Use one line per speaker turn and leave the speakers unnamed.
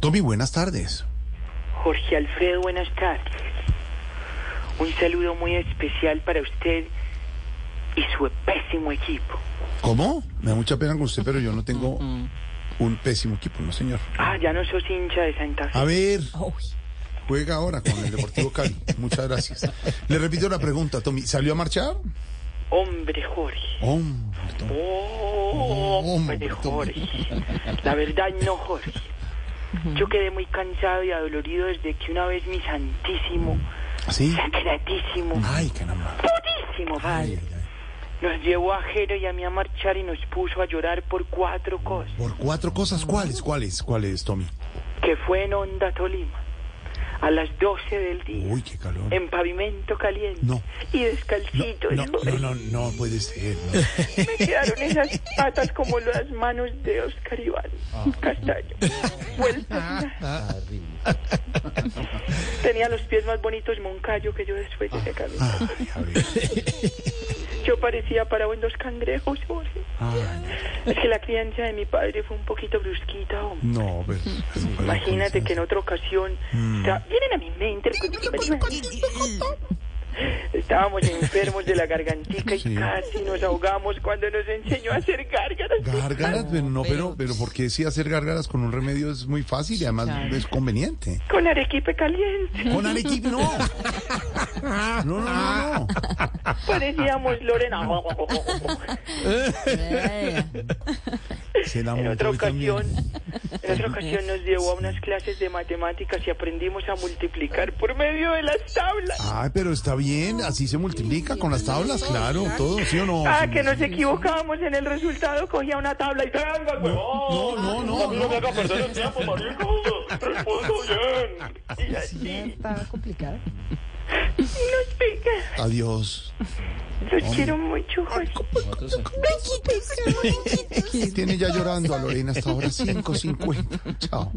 Tommy, buenas tardes.
Jorge Alfredo, buenas tardes. Un saludo muy especial para usted y su pésimo equipo.
¿Cómo? Me da mucha pena con usted, pero yo no tengo un pésimo equipo, no señor.
Ah, ya no sos hincha de Santa Fe.
A ver, juega ahora con el Deportivo Cali. Muchas gracias. Le repito la pregunta, Tommy. ¿Salió a marchar?
Hombre, Jorge.
Hombre, Tommy. Oh,
Hombre, Jorge. La verdad, no, Jorge. Yo quedé muy cansado y adolorido desde que una vez mi santísimo,
¿Sí?
sacratísimo,
Ay, caramba.
purísimo
Ay,
padre
ay, ay.
nos llevó a Jero y a mí a marchar y nos puso a llorar por cuatro cosas.
Por cuatro cosas, ¿cuáles? ¿Cuáles? ¿Cuáles, Tommy?
que fue en Onda Tolima, a las 12 del día,
Uy, qué calor.
en pavimento caliente
No.
y descalcito.
No,
hijo.
no, no, no puede ser. no.
Me quedaron esas patas como las manos de Oscar Iván
Ah.
Castaño, vueltas. nada.
ah.
Tenía los pies más bonitos Moncayo que yo después
Ah.
de ese camino.
Ay, a ver.
Yo parecía parado en dos cangrejos, Jorge.
Ah. Ay,
Es que la crianza de mi padre fue un poquito brusquita, hombre.
no, pero. pero- pero-
Imagínate que en otra ocasión
Mm.
ta- vienen a mi mente estábamos enfermos de la gargantica y
Sí.
casi nos ahogamos cuando nos enseñó a hacer gárgaras.
Gárgaras, pero no, pero, pero porque si hacer gárgaras con un remedio es muy fácil y además es conveniente.
con arequipe caliente.
Con Arequipe no. No, no, no,
Ah.
no.
Parecíamos Lorena.
Se
En
enamoró
otra
hoy Ah, también.
ocasión, en otra ocasión nos llevó a unas clases de matemáticas y aprendimos a multiplicar por medio de las tablas.
Ah, pero está bien, así se multiplica con las tablas, claro, todo, ¿sí o no?
Ah, que nos equivocábamos en el resultado, cogía una tabla y ¡tranga,
No,
huevón!
no, no, no.
me haga perder el tiempo, marico. Respondo bien. Y así
Está complicado.
nos pica.
Adiós.
Los quiero mucho, Jorge.
Tiene ya llorando a Lorena hasta ahora 5.50. Chao.